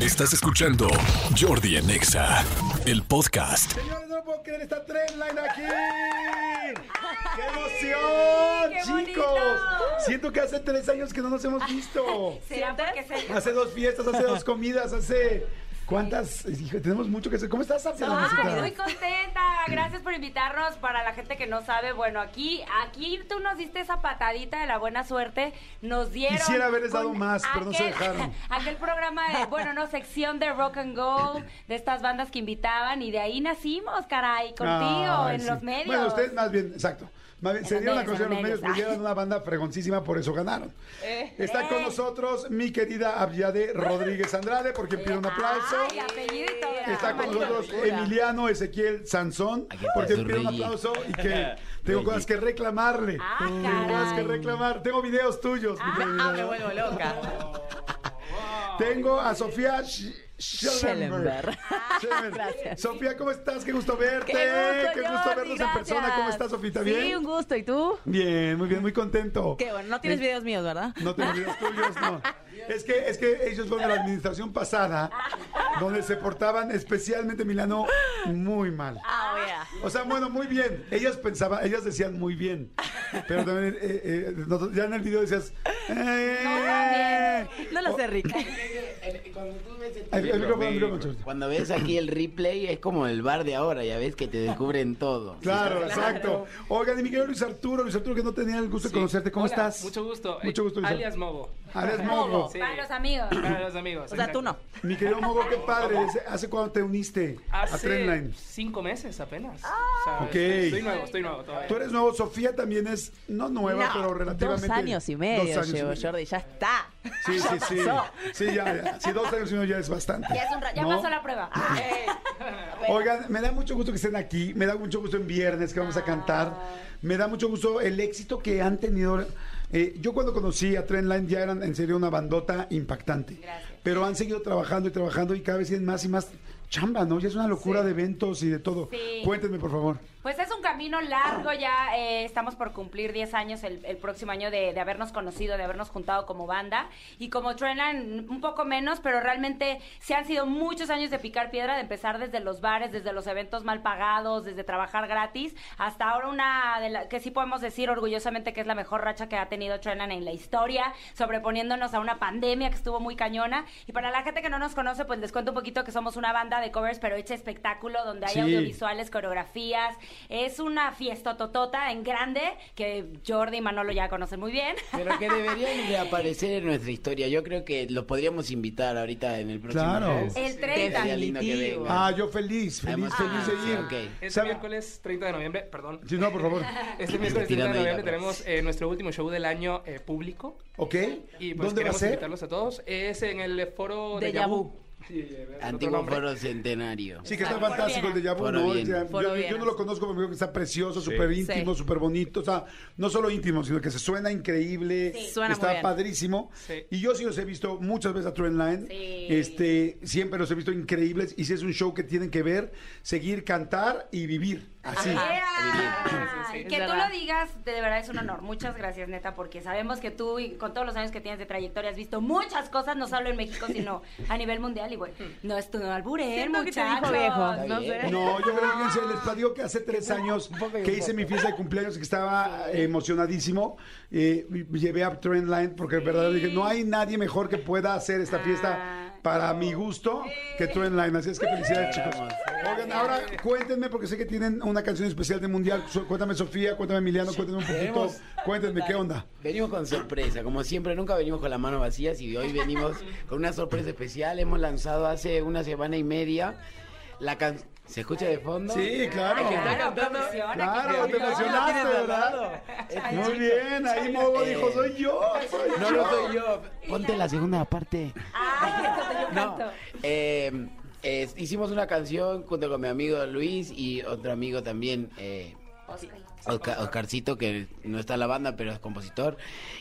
Estás escuchando Jordi en Exa, el podcast. Señores, no lo puedo creer, está Trendline aquí. ¡Qué emoción, ¡Qué chicos! bonito! Siento que hace tres años que no nos hemos visto. ¿Será porque se... Hace dos fiestas, hace dos comidas, hace... ¿Cuántas? Hijo, tenemos mucho que hacer. ¿Cómo estás, Safia, la Ay, mesita? muy contenta. Gracias por invitarnos. Para la gente que no sabe, bueno, aquí, aquí tú nos diste esa patadita de la buena suerte. Nos dieron. Quisiera haberles con dado más, pero no se dejaron. Aquel programa de, bueno, no, sección de rock and roll, de estas bandas que invitaban, y de ahí nacimos, caray, contigo, Ay, en sí. los medios. Bueno, ustedes más bien, exacto. Más bien, En se los dieron a medios, conocer en los los medios, medios. pero eran una banda fregoncísima, por eso ganaron. Eh. Está con Eh. nosotros mi querida Aviade Rodríguez Andrade, por quien pido un aplauso. Ay, apellido y todo. Está con nosotros Emiliano Ezequiel Sansón, Aquí está porque su pido un Reggie. aplauso y que tengo Reggie. cosas que reclamarle. Ah, tengo cosas que caray. reclamar. Tengo videos tuyos. mi querido Ah, Emiliano. me vuelvo loca. Tengo a Sofía Sch- Schellenberg. Schellenberg. Schellenberg. Gracias. Sofía, ¿cómo estás? Qué gusto verte. Qué gusto, Jordi, vernos en gracias. persona. ¿Cómo estás, Sofita? ¿Bien? Sí, un gusto. ¿Y tú? Bien, muy bien, muy contento. Qué bueno. No tienes Eh, videos míos, ¿verdad? No tengo videos tuyos, no. Es que, es que ellos fueron de la administración pasada, donde se portaban especialmente Milano muy mal. Ah, vea. O sea, bueno, muy bien. Ellas pensaban, ellas decían muy bien. Pero también, eh, eh, nosotros- ya en el video decías. eh, No lo sé, Rick. Cuando tú ves el El- el micrófono, el micrófono, teléfono, Chucho. Cuando ves aquí el replay es como el bar de ahora, ya ves que te descubren todo. Claro, exacto. Oigan, y mi querido Luis Arturo, Luis Arturo, que no tenía el gusto de conocerte, ¿cómo Hola, estás? Mucho gusto. Mucho gusto, Luis Alias Mobo. Alias Mogo. Sí. Para los amigos. Para los amigos. O sea, tú no. exacto. Mi querido Mogo, qué padre. ¿Hace cuándo te uniste a Hace Trendline? cinco meses apenas. Ah. Ok. ¿sabes? Estoy, estoy nuevo, estoy nuevo todavía. Tú eres nuevo, Sofía también es, no nueva, No, pero relativamente. Dos años y medio Dos años y llevo, medio. Jordi. Ya está. Sí, sí, sí. pasó. Sí, ya, ya. Sí, dos años y medio ya es bastante. Ya, es un ra- ya ¿no? Ah. pasó la prueba. Oigan, me da mucho gusto que estén aquí, me da mucho gusto en viernes que vamos a cantar, Ah. me da mucho gusto el éxito que han tenido. Eh, yo cuando conocí a Trendline ya eran en serio una bandota impactante, Gracias. pero han seguido trabajando y trabajando y cada vez tienen más y más chamba, ¿no? Ya es una locura de eventos y de todo. Sí. Cuéntenme, por favor. Pues es un camino largo ya, eh, estamos por cumplir 10 años el, el próximo año de, de habernos conocido, de habernos juntado como banda y como Trendline un poco menos, pero realmente se han sido muchos años de picar piedra, de empezar desde los bares, desde los eventos mal pagados, desde trabajar gratis, hasta ahora una de la, que sí podemos decir orgullosamente que es la mejor racha que ha tenido Trendline en la historia, sobreponiéndonos a una pandemia que estuvo muy cañona y para la gente que no nos conoce, pues les cuento un poquito que somos una banda de covers pero hecha espectáculo donde hay Sí. audiovisual visuales, coreografías. Es una fiesta totota en grande que Jordi y Manolo ya conocen muy bien. Pero que deberían de aparecer en nuestra historia. Yo creo que los podríamos invitar ahorita en el próximo. Claro. mes. El Sería 30. lindo que Definitivo. vengan. Ah, yo feliz, feliz, Además, feliz de ah, ir. ok. Este ¿Sabe- miércoles 30 de noviembre, perdón. Sí, no, por favor. Este miércoles 30 de Tirando ahí la noviembre brasa. tenemos eh, nuestro último show del año eh, público. ¿Ok? Y pues ¿Dónde va a queremos ser? invitarlos a todos. Es en el foro de eh, Déjà Yabú. vu. Antiguo Foro Centenario. Sí, que está Foro fantástico el de Viena. Yabu, Foro ¿no? Viena. Ya- Foro yo, yo Viena. no lo conozco, pero me digo que está precioso, súper íntimo, Sí. súper bonito. O sea, no solo íntimo, sino que se suena increíble. Sí. Suena muy está bien. padrísimo. Sí. Y yo sí los he visto muchas veces a Trendline. Sí. Este, siempre los he visto increíbles. Y si es un show que tienen que ver, seguir, cantar y vivir. Así. ¡Ea! Sí, sí, sí. Y que Es tú verdad. lo digas, de verdad es un honor. Muchas gracias, neta, porque sabemos que tú, y con todos los años que tienes de trayectoria, has visto muchas cosas, no solo en México, sino a nivel mundial. Y bueno, no es tu ¿eh, albure, Siento que te muchachos. dijo viejo. No bien. sé. No, yo creo que se les platico que hace tres años que hice mi fiesta de cumpleaños y que estaba emocionadísimo. eh, llevé a Trendline porque de verdad dije, no hay nadie mejor que pueda hacer esta fiesta Ah. para mi gusto que Trendline. Así es que felicidades, chicos. Oigan, ahora cuéntenme, porque sé que tienen una canción especial de Mundial. So- Cuéntame, Sofía, cuéntame, Emiliano, cuéntame un poquito. Queremos- Cuéntenme, ¿qué onda? Venimos con sorpresa, como siempre, nunca venimos con las manos vacías y hoy venimos con una sorpresa especial. Hemos lanzado hace una semana y media la canción. ¿Se escucha de fondo? Sí, claro. Claro, te emociona, Claro, qué te emoción. emocionaste, ¿verdad? Muy bien, ahí Mogo dijo, soy yo, soy yo. No, no soy yo. Ponte la segunda parte. Ay, esto Ah, te yo No. canto. eh, eh, hicimos una canción junto con mi amigo Luis y otro amigo también. eh, Osca- Oscarcito, que no está en la banda, pero es compositor.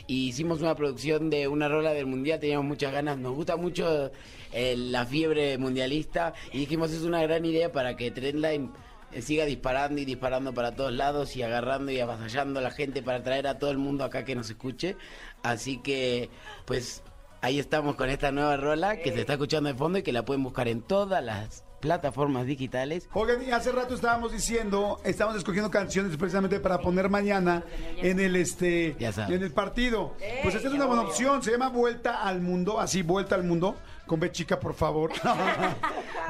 Y hicimos una producción de una rola del mundial, teníamos muchas ganas, nos gusta mucho eh, la fiebre mundialista y dijimos es una gran idea para que Trendline eh, siga disparando y disparando para todos lados y agarrando y avasallando a la gente para traer a todo el mundo acá que nos escuche. Así que, pues... Ahí estamos con esta nueva rola que se está escuchando de fondo y que la pueden buscar en todas las plataformas digitales. Oigan, y hace rato estábamos diciendo, estábamos escogiendo canciones precisamente para poner mañana en el este Ya sabes. en el partido. Pues esta es una buena opción, se llama Vuelta al Mundo, así Vuelta al Mundo, con B chica, por favor.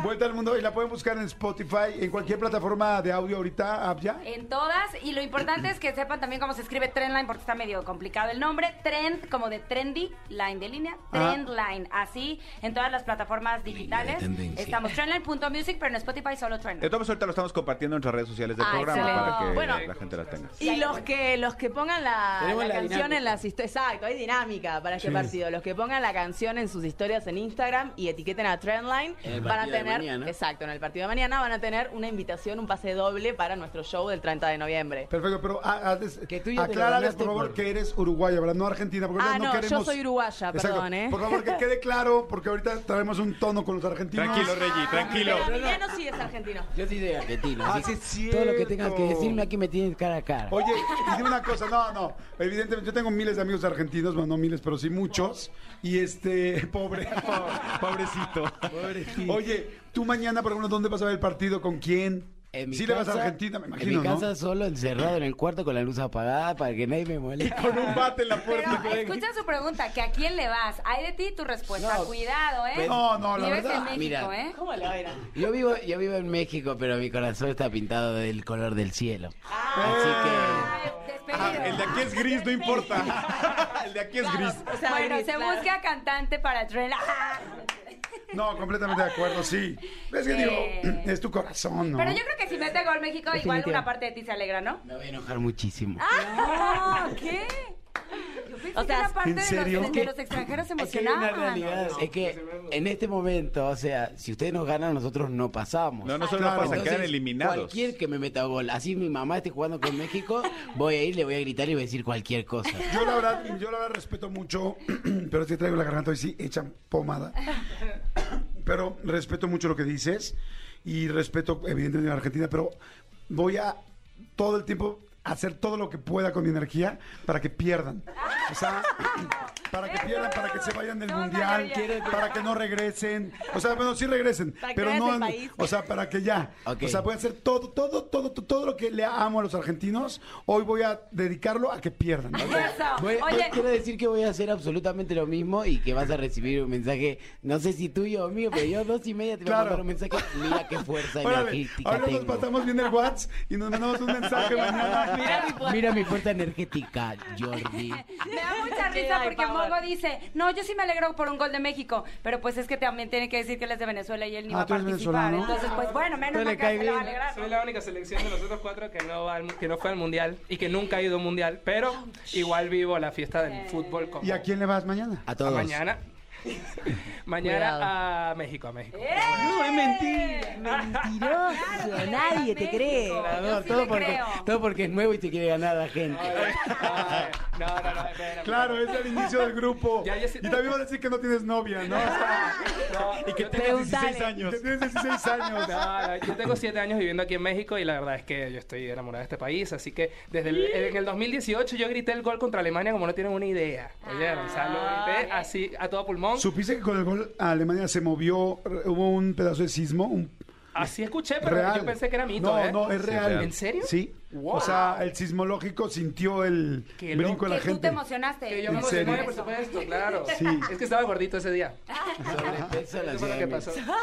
Vuelta al Mundo y la pueden buscar en Spotify, en cualquier plataforma de audio ahorita, app ya. En todas, y lo importante es que sepan también cómo se escribe Trendline, porque está medio complicado el nombre. Trend, como de trendy, line de línea, Ah. Trendline. Así, en todas las plataformas digitales. tendencia. Estamos trendline.music, pero en Spotify solo De Trendline. todas formas, ahorita lo estamos compartiendo en nuestras redes sociales del Ah, programa excelente. para que Bueno. la gente la tenga. Y los que, los que pongan la, Tenemos la la canción dinámica. en las historias. Exacto, hay dinámica para este Sí. partido. Los que pongan la canción en sus historias en Instagram y etiqueten a Trendline En el van a partido de tener. mañana. Exacto, en el partido de mañana van a tener una invitación, un pase doble para nuestro show del 30 de noviembre. Perfecto, pero a- antes, Que tú ya te lo aclárales ganaste pues. por favor por- que eres uruguaya, ¿verdad? No argentina, porque Ah, no, no, yo queremos... soy uruguaya, perdón, ¿eh? Por favor, que quede claro, porque ahorita traemos un tono con los argentinos. Tranquilo, Reggie, tranquilo. Pero Emiliano sí es argentino. Yo sí soy argentino. Ah, así sí es todo lo que cierto. tengas que decirme aquí me tienes cara a cara. Oye, y dime una cosa, no, no, evidentemente yo tengo miles de amigos argentinos, bueno, no miles, pero sí muchos, y este, pobre, pobrecito. Oye, tú mañana, por ejemplo, ¿dónde vas a ver el partido? ¿Con quién? En mi Sí le vas a casa- Argentina, me imagino, En mi casa ¿no? solo encerrado en el cuarto con la luz apagada para que nadie me moleste. Con un bate en la puerta. Pero escucha su pregunta, que a quién le vas. Hay de ti tu respuesta. No, Cuidado, ¿eh? no, no, la Vives verdad, en México, mira. ¿eh? ¿Cómo le va a ir a- Yo vivo, yo vivo en México, pero mi corazón está pintado del color del cielo. ah, Eh, Ay, Ah, despedido. el de aquí es gris, no importa. el de aquí es gris. O sea, bueno, gris, se claro. busca cantante para Trendline. No, completamente de acuerdo, sí. Es que Eh. digo, es tu corazón, ¿no? Pero yo creo que si mete gol México, igual Definitivo. una parte de ti se alegra, ¿no? Me voy a enojar muchísimo. No, ¿qué? Yo pensé O sea, que era parte ¿en de, serio? Los, de los extranjeros se Es que hay una emocionaban. realidad, es que en este momento, o sea, si ustedes nos ganan, nosotros no pasamos. No, no solo Claro. nos pasa, quedan Entonces, eliminados. Cualquier que me meta gol, así mi mamá esté jugando con México, voy a ir, le voy a gritar y voy a decir cualquier cosa. Yo la verdad, yo la verdad respeto mucho, pero sí traigo la garganta hoy sí echan pomada. Pero respeto mucho lo que dices y respeto evidentemente a Argentina, pero voy a todo el tiempo hacer todo lo que pueda con mi energía para que pierdan. O sea, para que pierdan, para que se vayan del No, mundial, Maravilla. para que no regresen. O sea, bueno, sí regresen, Para que pero veas no, el país. o sea, para que ya. Ok. O sea, voy a hacer todo, todo, todo, todo lo que le amo a los argentinos. Hoy voy a dedicarlo a que pierdan. Eso. Voy- voy- Oye, quiero decir que voy a hacer absolutamente lo mismo y que vas a recibir un mensaje, no sé si tuyo o mío, pero yo a dos y media te voy a Claro. mandar un mensaje. Mira qué fuerza Órale, energética ahora nos tengo. pasamos bien el WhatsApp y nos mandamos un mensaje mañana. Mira mi puerta. Mira mi fuerza energética, Jordi. me da mucha Sí, risa ay, porque favor. Mongo dice, no, yo sí me alegro por un gol de México, pero pues es que también tiene que decir que él es de Venezuela y él ni Ah, va a tú eres participar. venezolano. Entonces, pues bueno, menos Tú le mal que caes se le va a bien. alegrar. Soy la única selección de nosotros cuatro que no, va al- que no fue al mundial y que nunca ha ido a un mundial, pero igual vivo la fiesta Eh. del fútbol como ¿Y a quién le vas mañana? A a todos. mañana. mañana Cuidado. a México, a México. ¡Eh! No, es mentira. Ah, Mentiroso. Nadie te cree. Yo sí todo, le porque, creo. todo porque es nuevo y te quiere ganar la gente. Ay, No, no, no, espera, espera. Claro, es el inicio del grupo. Ya, ya y sé- también van a decir que no tienes novia, ¿no? O sea, No, Y que yo tengas tengo- 16 años. que tienes 16 años. No, no, yo tengo siete años viviendo aquí en México y la verdad es que yo estoy enamorada de este país. Así que desde el, en el 2018 yo grité el gol contra Alemania como no tienen una idea. Oyeron, o sea, lo grité así a todo pulmón. ¿Supiste que con el gol a Alemania se movió, re- hubo un pedazo de sismo? Un, Así escuché, pero real. yo pensé que era mito. No, ¿eh? no, es real. real. ¿En serio? Sí. Wow. O sea, el sismológico sintió el Qué brinco loco. de la Que tú te gente. emocionaste. Ah, Que yo me ¿En serio? emocioné, por supuesto, claro. Sí. Es que estaba gordito ese día. Sobrepeso a la Eso fue lo ciudad que de pasó. México.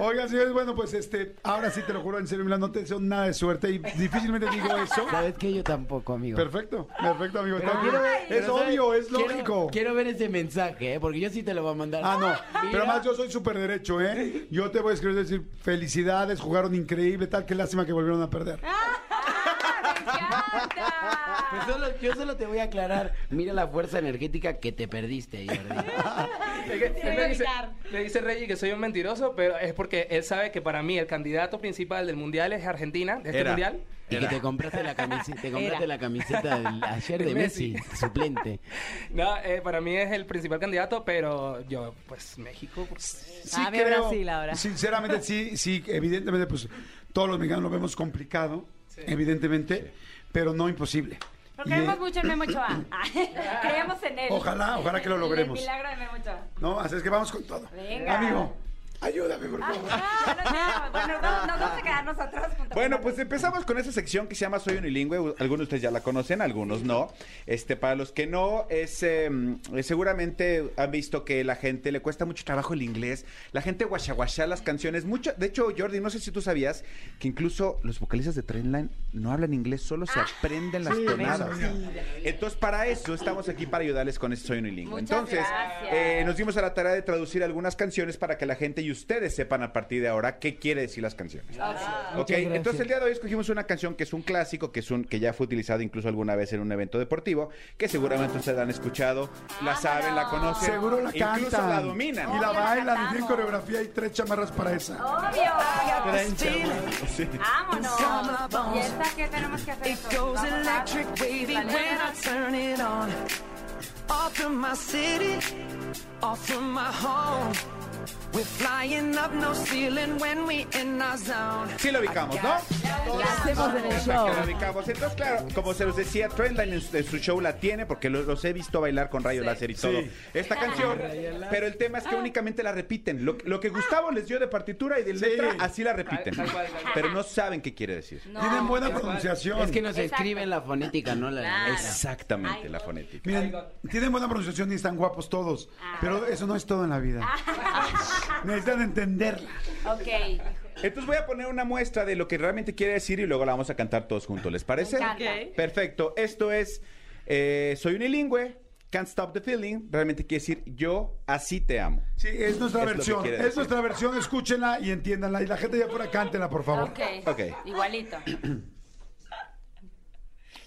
Oigan, señores, bueno, pues este, ahora sí te lo juro, en serio, Milán, no te deseo nada de suerte y difícilmente digo eso. ¿Sabes qué? Yo tampoco, amigo. Perfecto, perfecto, amigo. Pero Está quiero bien. ver- es pero, ¿sabes? obvio, es Quiero- lógico. Quiero, ver ese mensaje, ¿eh? porque yo sí te lo voy a mandar. Ah, no. Mira, Pero más yo soy súper derecho, ¿eh? Yo te voy a escribir decir felicidades, jugaron increíble, tal, qué lástima que volvieron a perder. ¡Ah, me pues encanta! solo- yo solo te voy a aclarar. Mira la fuerza energética que te perdiste, Jordi. Es que- Tiene él que me dice, evitar. le dice Reggie que soy un mentiroso, pero es porque él sabe que para mí el candidato principal del mundial es Argentina, de este Era. mundial. Y que Era. te compraste la camiseta, te compraste Era. la camiseta del- ayer de De Messi. Messi, suplente. No, eh, para mí es el principal candidato, pero yo, pues México. pues, Sí, A mí creo. Brasil ahora. Sinceramente, sí, sí, evidentemente, pues todos los mexicanos lo vemos complicado, evidentemente, pero no imposible. Pero Y, creemos eh, mucho en Memo Ochoa. Ah, creemos en él. Ojalá, ojalá que lo En logremos. El milagro de Memo Ochoa. ¿No? Así es que vamos con todo. Venga. Amigo, ayúdame, por Ah, favor. no, no, no. Bueno, no, nos vamos a quedar nosotros. junto Bueno, con- pues empezamos con esta sección que se llama Soy Unilingüe. U- Algunos de ustedes ya la conocen, algunos no. Este, para los que no, es eh, mm, seguramente han visto que la gente le cuesta mucho trabajo el inglés. La gente guachaguachá las canciones. Mucho, de hecho, Jordi, no sé si tú sabías que incluso los vocalistas de Trendline no hablan inglés, solo se aprenden las Sí, tonadas. sí. Entonces, para eso estamos aquí para ayudarles con este Soy Unilingüe. Muchas Entonces, gracias. eh, nos dimos a la tarea de traducir algunas canciones para que la gente y ustedes sepan a partir de ahora qué quiere decir las canciones. Ok, Muchas gracias. entonces el día de hoy escogimos una canción que es un clásico, que es un que ya fue utilizado incluso alguna vez en un evento deportivo, que seguramente ustedes han escuchado, la saben, la conocen, Seguro la incluso cantan. ah. la dominan. Oh, Y la Obvio, la bailan, y cantamos. tienen coreografía y tres chamarras para esa. Obvio. pues pues Sí. Vámonos. ¿Y esta qué tenemos que hacer? It goes Vamos, ah, electric, baby, vale, when vale. I turn it on. Off from my city, off from my home. We're flying up no ceiling when we in our zone. Sí lo ubicamos, ¿no? ¿Qué hacemos en el show? Que lo ubicamos. Entonces, claro, como se los decía, Trendline en su, en su show la tiene, porque lo- los he visto bailar con rayo láser y todo. Esta canción, pero el tema es que únicamente la repiten. Lo, lo que Gustavo les dio de partitura y de letra, así la repiten. Tal- tal cual, tal cual. Pero no saben qué quiere decir. No. Tienen buena igual. pronunciación. Es que nos Exacto. escriben la fonética, no la Claro. letra. Exactamente, Ay, la no. fonética. Miren, tienen buena pronunciación y están guapos todos. Pero eso no es todo en la vida. Necesitan entenderla. Ok. Entonces voy a poner una muestra de lo que realmente quiere decir y luego la vamos a cantar todos juntos. ¿Les parece? Me encanta. Perfecto. Esto es eh, Soy unilingüe, can't stop the feeling. Realmente quiere decir yo así te amo. Sí, es nuestra Es lo que versión. quiere Es decir. nuestra versión, escúchenla y entiéndanla. Y la gente ya fuera, cántela, por favor. Ok. Ok. Igualito.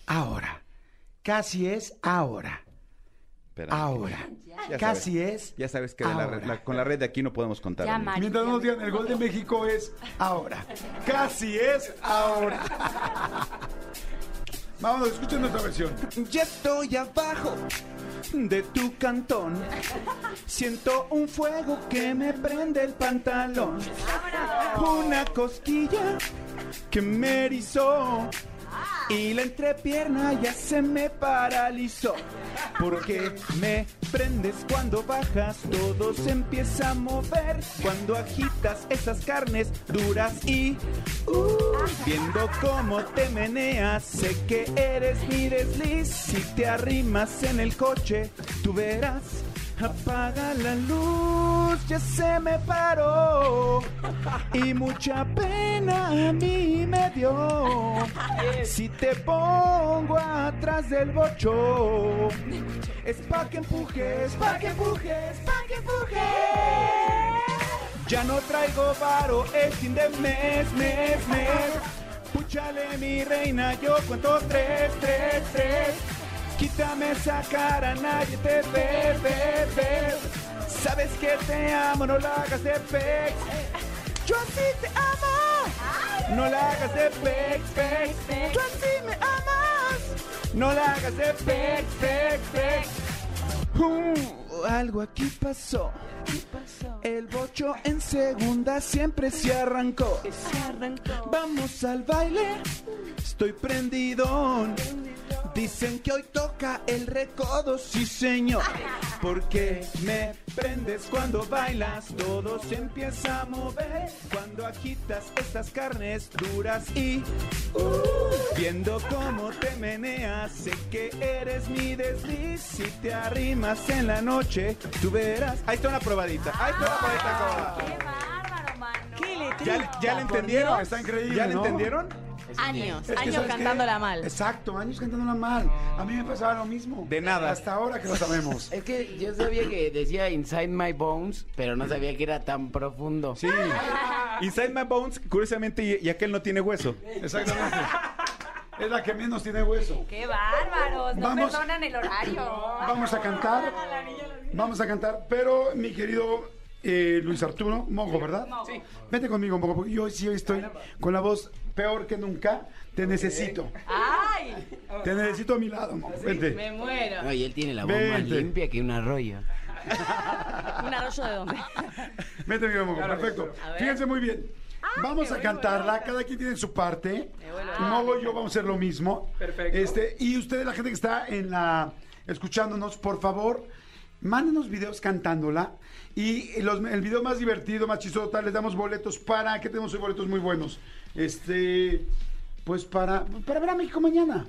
Ahora. Casi es ahora. Espérame. Ahora. Ah, Ya Casi sabes. es. Ya sabes que de la- ahora. la- con la red de aquí no podemos contar. Ya, lo mismo. Mari. Mientras no nos digan, el gol de México es ahora. Casi es ahora. Vámonos, escuchen nuestra versión. Ya estoy abajo de tu cantón. Siento un fuego que me prende el pantalón. Una cosquilla que me erizó. Y la entrepierna ya se me paralizó. Porque me prendes cuando bajas, todo se empieza a mover. Cuando agitas esas carnes duras y uh, viendo cómo te meneas, sé que eres mi desliz. Si te arrimas en el coche, tú verás. Apaga la luz, ya se me paró y mucha pena a mí me dio. Si te pongo atrás del bocho, es pa' que empujes, pa' que empujes, pa' que empujes. Ya no traigo varo, es fin de mes, mes, mes. Púchale mi reina, yo cuento tres, tres, tres. Quítame esa cara, nadie te ve, ve, ve. Sabes que te amo, no la hagas de pex. Yo así te amo. No la hagas de pex, pex, pex. Yo así me amas. No la hagas de pex, pex, pex. Uh, algo aquí pasó. El bocho en segunda siempre se arrancó. Vamos al baile. Estoy prendidón. Dicen que hoy toca el recodo, sí señor. Porque me prendes cuando bailas, todo se empieza a mover. Cuando agitas estas carnes duras y uh, viendo cómo te meneas, sé que eres mi desliz. Si te arrimas en la noche, tú verás. Ahí está una probadita. Ahí está una probadita. Ah, ¿cómo ¡Qué bárbaro, mano! va? ¿Ya, ya la entendieron? Está increíble, ¿Ya la ¿no? entendieron? Años, Es que, años ¿sabes qué? cantándola mal. Exacto, años cantándola mal. A mí me pasaba lo mismo. De nada. Hasta ahora que lo sabemos. Es que yo sabía que decía Inside My Bones, pero no sabía que era tan profundo. Sí. Inside My Bones, curiosamente, y, y aquel no tiene hueso. Exactamente. Es la que menos tiene hueso. ¡Qué bárbaros! No Vamos. perdonan el horario. Vamos a cantar. Vamos a cantar. Pero mi querido eh, Luis Arturo, Mogo, ¿verdad? Sí. Vete conmigo, Mogo, porque yo sí hoy estoy con la voz peor que nunca. Te necesito. ¡Ay! Te necesito a mi lado, Mogo. Vente. Me muero. No, y él tiene la voz más Vente. limpia que un arroyo. ¿Un arroyo de dónde? Vente, mi Mogo. Perfecto. A ver. Fíjense muy bien. Vamos a cantarla. Cada quien tiene su parte. Me vuelvo Mogo y yo vamos a hacer lo mismo. Perfecto. Este, y ustedes, la gente que está en la escuchándonos, por favor, mándenos videos cantándola. Y los- el video más divertido, más chistoso, tal, les damos boletos para. que tenemos hoy boletos muy buenos? Este. Pues para, para ver a México mañana.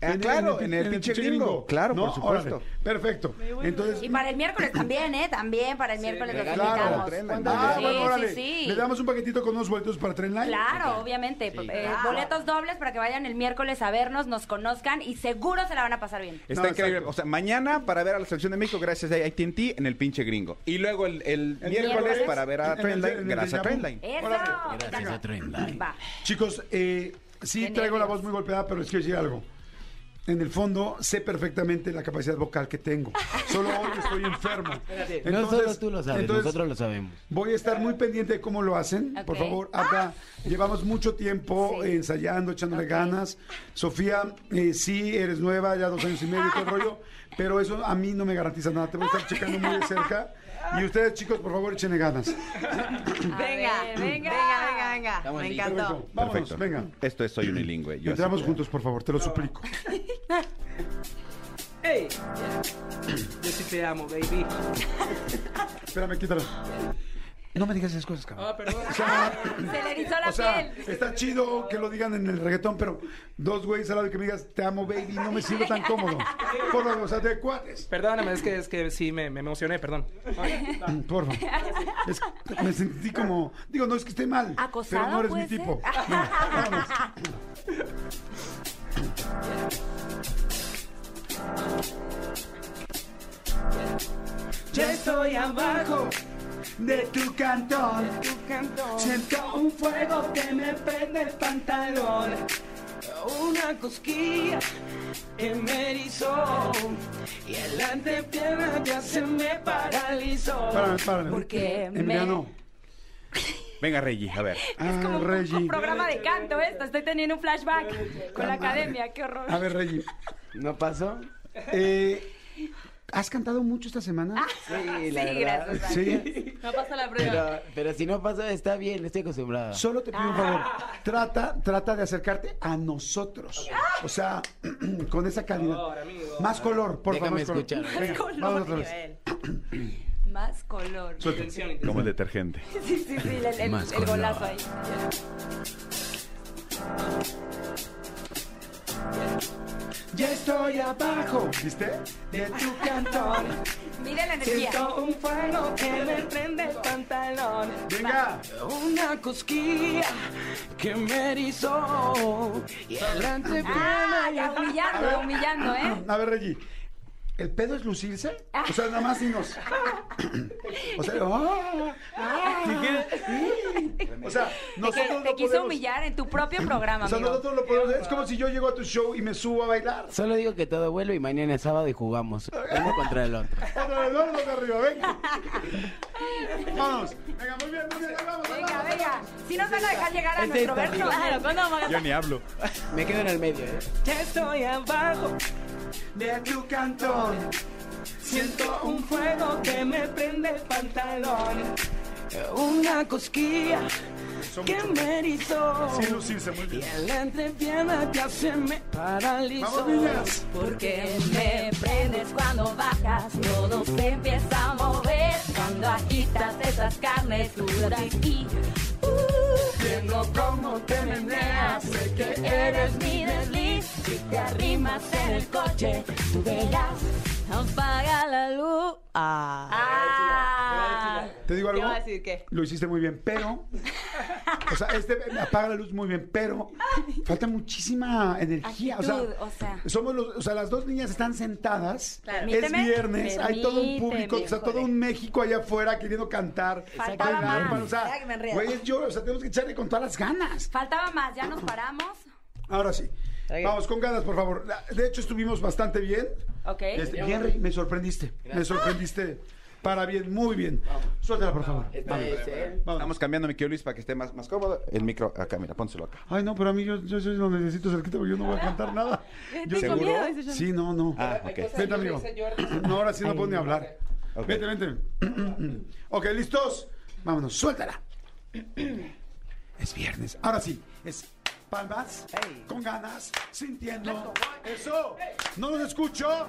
Ah, claro, en el pinche gringo. Claro, por supuesto. Órale, perfecto. Entonces, Y para el miércoles también, ¿eh? También para el miércoles los Claro. invitamos. Tremendo. Ah, Sí, bueno, sí, órale. sí. Le damos un paquetito con unos boletos para Tren Line. Claro, obviamente. Eh, Boletos dobles para que vayan el miércoles a vernos, nos conozcan y seguro se la van a pasar bien. Está No, increíble. exacto. O sea, mañana para ver a la selección de México gracias a AT&T en el pinche gringo. Y luego el, el miércoles miércoles para ver a en- en el- en Trendline el gracias a Yahoo. Trendline. ¡Eso! Órale, Gracias a Trendline. Va. Chicos, eh, sí Qué traigo la nervios. voz muy golpeada, pero les quiero decir algo. En el fondo, sé perfectamente la capacidad vocal que tengo. Solo hoy estoy enfermo. no Entonces- solo tú lo sabes, entonces, nosotros lo sabemos. Voy a estar muy pendiente de cómo lo hacen. Por Ok. Ah. favor, acá llevamos mucho tiempo Sí. eh, ensayando, echándole ganas. Sofía, eh, sí, eres nueva, ya dos años y medio y todo el rollo, pero eso a mí no me garantiza nada. Te voy a estar checando muy de cerca. Y ustedes, chicos, por favor, échenle ganas. Venga, ver, venga. venga, venga, venga. Estamos Me listos. encantó. Perfecto. Vámonos, Perfecto. venga. Esto es Soy Unilingüe. Yo Entramos así- juntos, por favor, te lo suplico. ¡Ey! Yo sí te amo, baby. Espérame, quítalo. No me digas esas cosas, cabrón. Ah, perdón. Se le erizó la O sea, piel. está chido que lo digan en el reggaetón, pero dos güeyes al lado que me digas, te amo, baby, no me siento tan cómodo. Por lo o sea, de cuates. Perdóname, es que, es que sí me, me emocioné, perdón. Mm, Por favor. Es que me sentí como, digo, no es que esté mal, ¿Acosado pero no eres mi puede ser? tipo. Venga, vámonos. Ya estoy abajo de tu cantón. Siento un fuego que me prende el pantalón. Una cosquilla que me erizó y el antepierna ya se me paralizó. Párame, párame. Porque Emiliano. Venga, Reggie, a ver. Es como Ah, un, un Reggie. programa de canto esto. Estoy teniendo un flashback con la academia. Qué horror. A ver, Reggie. ¿No pasó? Eh, ¿Has cantado mucho esta semana? Sí, la Sí, verdad. Ah, gracias. Sí. No pasa la prueba. Pero, pero si no pasó, está bien, estoy acostumbrado. Solo te pido un favor. Ah. Trata, trata de acercarte a nosotros. Ah. O sea, con esa calidad. Ahora, amigo. Más color, por Déjame favor. más color. escuchar. Venga, Color, vamos otra vez. Joel. Más color. Intención, intención. Como el detergente. Sí, sí, sí, el, el- Más el golazo color. ahí. Ya estoy abajo. ¿Viste? De tu cantón. Mira la energía. un fuego que me prende el pantalón. Venga. Una cosquilla que me erizó y el Ah, antepierna ya humillando, humillando, ¿eh? Ah, A ver, Reggie. ¿El pedo es lucirse? O sea, nada más dinos. O sea, ah, ah, o sea, Te, que- nosotros te no quiso podemos- humillar en tu propio programa, O sea, amigo. nosotros lo podemos. Es como si yo llego a tu show y me subo a bailar. Solo digo que todo vuelve y mañana es sábado y jugamos. Uno contra el otro. Otra vez, vámonos de arriba, venga. Vamos. Venga, muy bien, muy bien, ahí vamos. ahí Venga, vamos. venga. Si nos van a dejar llegar a Este nuestro está verso. Claro, ¿cuándo vamos a Yo ni hablo. Me quedo en el medio, ¿eh? Ya estoy abajo De tu cantón. Siento un fuego que me prende el pantalón. Una cosquilla que me erizó. Sin lucirse, muy bien. Y la entrepierna ya se me paralizó. Vamos, niñas. Porque me prendes cuando bajas, todo se empieza a mover. Cuando agitas esas carnes duras y uh, viendo cómo te meneas, sé que eres mi desliz. Si te arrimas en el coche, tú verás. Apaga la luz. Ah. Te digo ¿Qué algo. va a decir qué? Lo hiciste muy bien, pero. O sea, este apaga la luz muy bien, pero falta muchísima energía. O sea, Actitud, o sea. somos los, o sea, las dos niñas están sentadas. Claro. Es Permíteme. viernes, hay todo un público, o sea, Permíteme, todo un México allá afuera queriendo cantar. Faltaba bailar, más. para- O sea, Ya que me enredo. güey, es yo, o sea, tenemos que echarle con todas las ganas. Faltaba más, ya nos paramos. Ahora sí. Ahí. Vamos con ganas, por favor. La- De hecho, estuvimos bastante bien. Ok. Este, bien, Rick, me sorprendiste. Me sorprendiste. Para bien, muy bien. Suéltala, por favor. Esta es él. Vamos. Estamos cambiando mi Luis para que esté más, más cómodo. El micro acá, mira, pónselo acá. Ay, no, pero a mí yo, yo, yo lo necesito cerquita porque yo no voy a cantar nada. Yo ¿Seguro? miedo, dice Jordi. Sí, no, no. Ah, ok. Vete, amigo. No, ahora sí no puedo ni hablar. Ok. Vete, vete. ok, ¿listos? Vámonos, suéltala. Es viernes. Ahora sí, es Palmas. Con ganas. Sintiendo. Eso. No los escucho.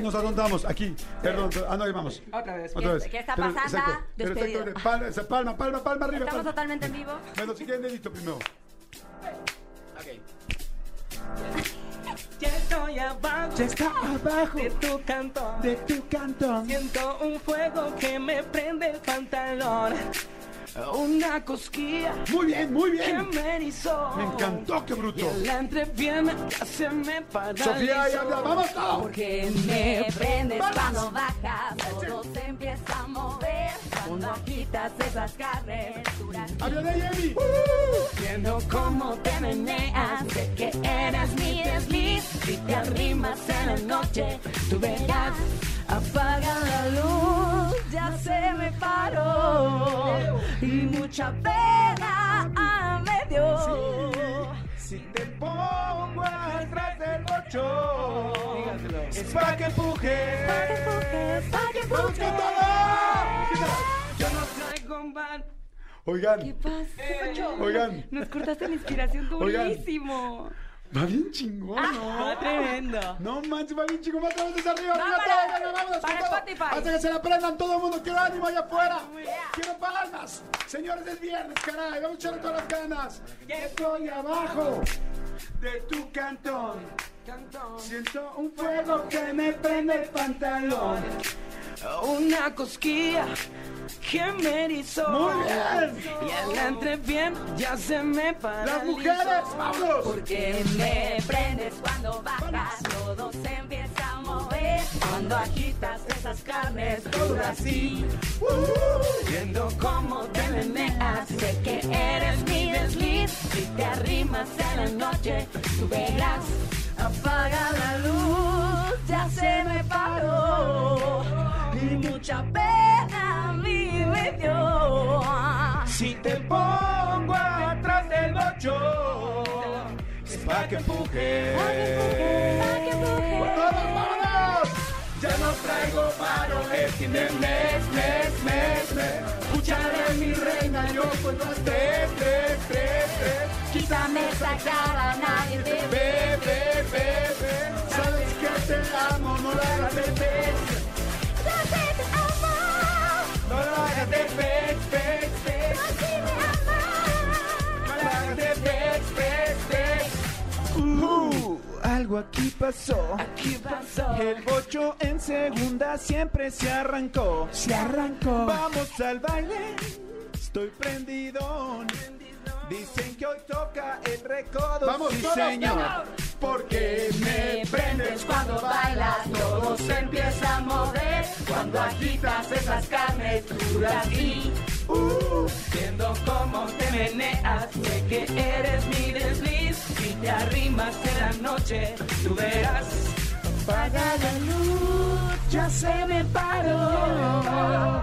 Nos atontamos aquí. Perdón. Ah, no, ahí vamos. Otra vez. Otra vez. ¿Qué está Pero, pasando? exacto. Pero Despedido. exacto, palma, esa palma, palma, palma arriba. Estamos palma. totalmente en vivo. Bueno, si quieren dedito primero. Ok. Ya estoy abajo Ya está abajo de tu cantón. de tu canto. Siento un fuego que me prende el pantalón. Una cosquilla Muy bien, muy que bien. me erizó. Me encantó, qué Y bruto. en la entrepierna ya se me paralizó. Sofía, ahí habla. Vamos, todos. Que me prendes cuando bajas, todo se empieza a mover. Cuando agitas esas carreras, Habla de Yemi. Viendo cómo te meneas, sé que eres mi desliz. Si te arrimas en la noche, tú verás. Apaga la luz, ya se me paró. Y mucha pena me dio. Si te pongo atrás del ocho, es pa' que empuje. Pa' que ¡Vamos con todo! yo no traigo mal. Oigan, oigan. Nos cortaste la inspiración Oigan. durísimo. Va bien chingón, Ah, ¿no? Tremendo. No manches, va bien chingón. Más veces arriba, arriba, Vámonos. todo, venga, vámonos con Para todo. Spotify. Ah, Hasta que se la prendan todo el mundo. Quiero ánimo allá afuera. Quiero palmas. Señores, es viernes, caray. Vamos a echarle todas las ganas. Estoy abajo de tu cantón. Siento un fuego que me prende el pantalón. Una cosquilla que me erizó. Muy bien. Y en la entrepierna ya se me paralizó. Las mujeres, vámonos. Porque me prendes cuando bajas, todo se empieza a mover. Cuando agitas esas carnes duras así, viendo cómo te meneas, sé que eres mi desliz. Si te arrimas en la noche, tú verás. Apaga la luz, ya se me paró. Y mucha pena a mí me dio. Si te pongo atrás del ocho, es pa' que empuje. ¡Todos, vámonos! Ya no traigo paro, es fin de mes, mes, mes, mes. Escucharé mi reina, yo cuento a tres, tres, tres, tres. Quítame esa cara, nadie te ve. Ve, ve, ve, ve. Sabes que te amo, no la hagas de pez. No la hagas de pez, pez, pez. No la hagas de pez, pez, pez. Uh, algo aquí pasó. ¿Qué pasó? El bocho en segunda siempre se arrancó. Se arrancó. Vamos al baile, estoy prendido. Dicen que hoy toca el recodo. Vamos, sí, todos, señor. vamos. Porque me prendes Cuando bailas todo se empieza a mover Cuando agitas esas carnes duras y Uh, Viendo cómo te meneas, sé que eres mi desliz. Si te arrimas en la noche, tú verás. apaga la luz, ya se me paró.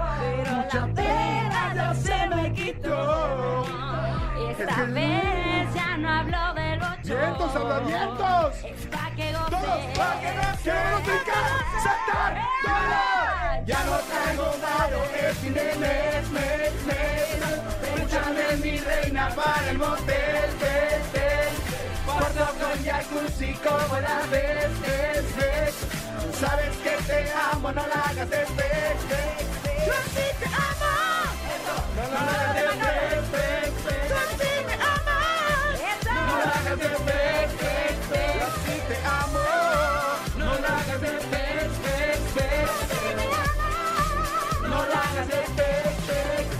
la pena ya se me quitó Esta vez ya no hablo del ocho. ¡Vientos, abramientos! Es pa' que goces. ¡Todos, para que no quiero picar! ¡Saltar! ¡Todos! Ya no traigo malo, es fin de mes, mes, mes. Escúchame mi reina para el motel, ves, ves. Cuarto con jacuzzi como la ves, ves, ves. Sabes que te amo, no la hagas de ves, ves, ves. Yo sí te amo. No la hagas de ves, ves, ves. Yo sí me amas. No la hagas de ves, ves, ves. Yo sí te amo. No la hagas de ves, ves, ves. No la hagas de ves, ves,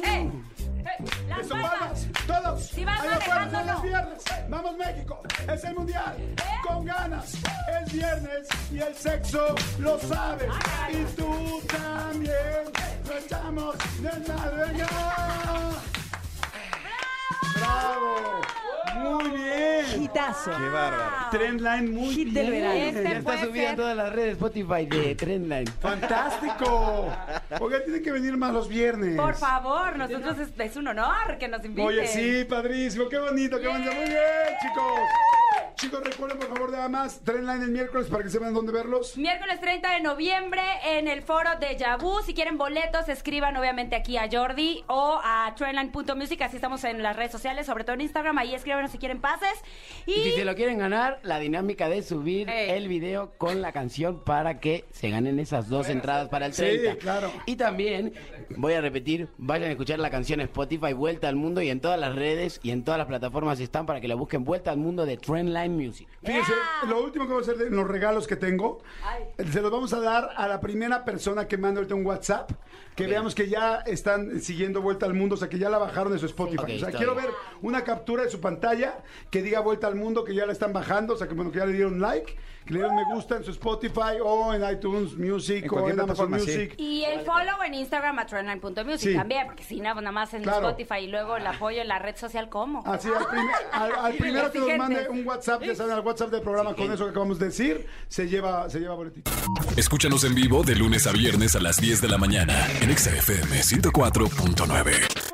ves. ¡Eh! ¡Eh! ¡Las Eso, palmas! vamos, todos. Si vas Allá afuera, manejando, son los no. ¿Eh? viernes. Vamos México, es el mundial. Con ganas, es viernes y el sexo lo sabes. Y tú también. Lo echamos de madre Bravo. Muy bien. Hitazo. Qué bárbaro. Trendline muy Hit del verano. Ya Este está puede subida en ser. todas las redes Spotify de Trendline. Fantástico. Oiga, tienen que venir más los viernes. Por favor, nosotros es, es un honor que nos inviten. Oye, sí, padrísimo, qué bonito, qué bonito. Muy bien, chicos. Chicos, recuerden por favor nada más, Trendline el miércoles para que sepan dónde verlos. Miércoles 30 de noviembre en el foro de Yabú. Si quieren boletos, escriban obviamente aquí a Jordi o a trendline.music. Así estamos en las redes sociales, sobre todo en Instagram. Ahí escríbanos si quieren pases. Y, Y si se lo quieren ganar, la dinámica de subir Ey. el video con la canción para que se ganen esas dos entradas para el Sí, 30. claro. Y también, voy a repetir, vayan a escuchar la canción en Spotify Vuelta al Mundo y en todas las redes y en todas las plataformas están para que la busquen Vuelta al Mundo de Trendline Music. Fíjense, lo último que voy a hacer de los regalos que tengo, se los vamos a dar a la primera persona que manda ahorita un WhatsApp, que veamos que ya están siguiendo Vuelta al Mundo, o sea, que ya la bajaron de su Spotify. Ok, o sea, está quiero bien. ver una captura de su pantalla que diga Vuelta al Mundo, que ya la están bajando, o sea, que, bueno, que ya le dieron like, que le dieron me gusta en su Spotify o en iTunes Music En o cualquier en Amazon plataforma, sí. Music. y el follow en Instagram a trendline.music Sí. también, porque si no, nada más en Claro. Spotify y luego el apoyo en la red social, ¿cómo? Así, al, prim- al- al primero que nos Exigentes. mande un WhatsApp, ya saben, al WhatsApp del programa con eso que acabamos de decir, se lleva, se lleva boletito. Escúchanos en vivo de lunes a viernes a las 10 de la mañana en Exa FM 104.9.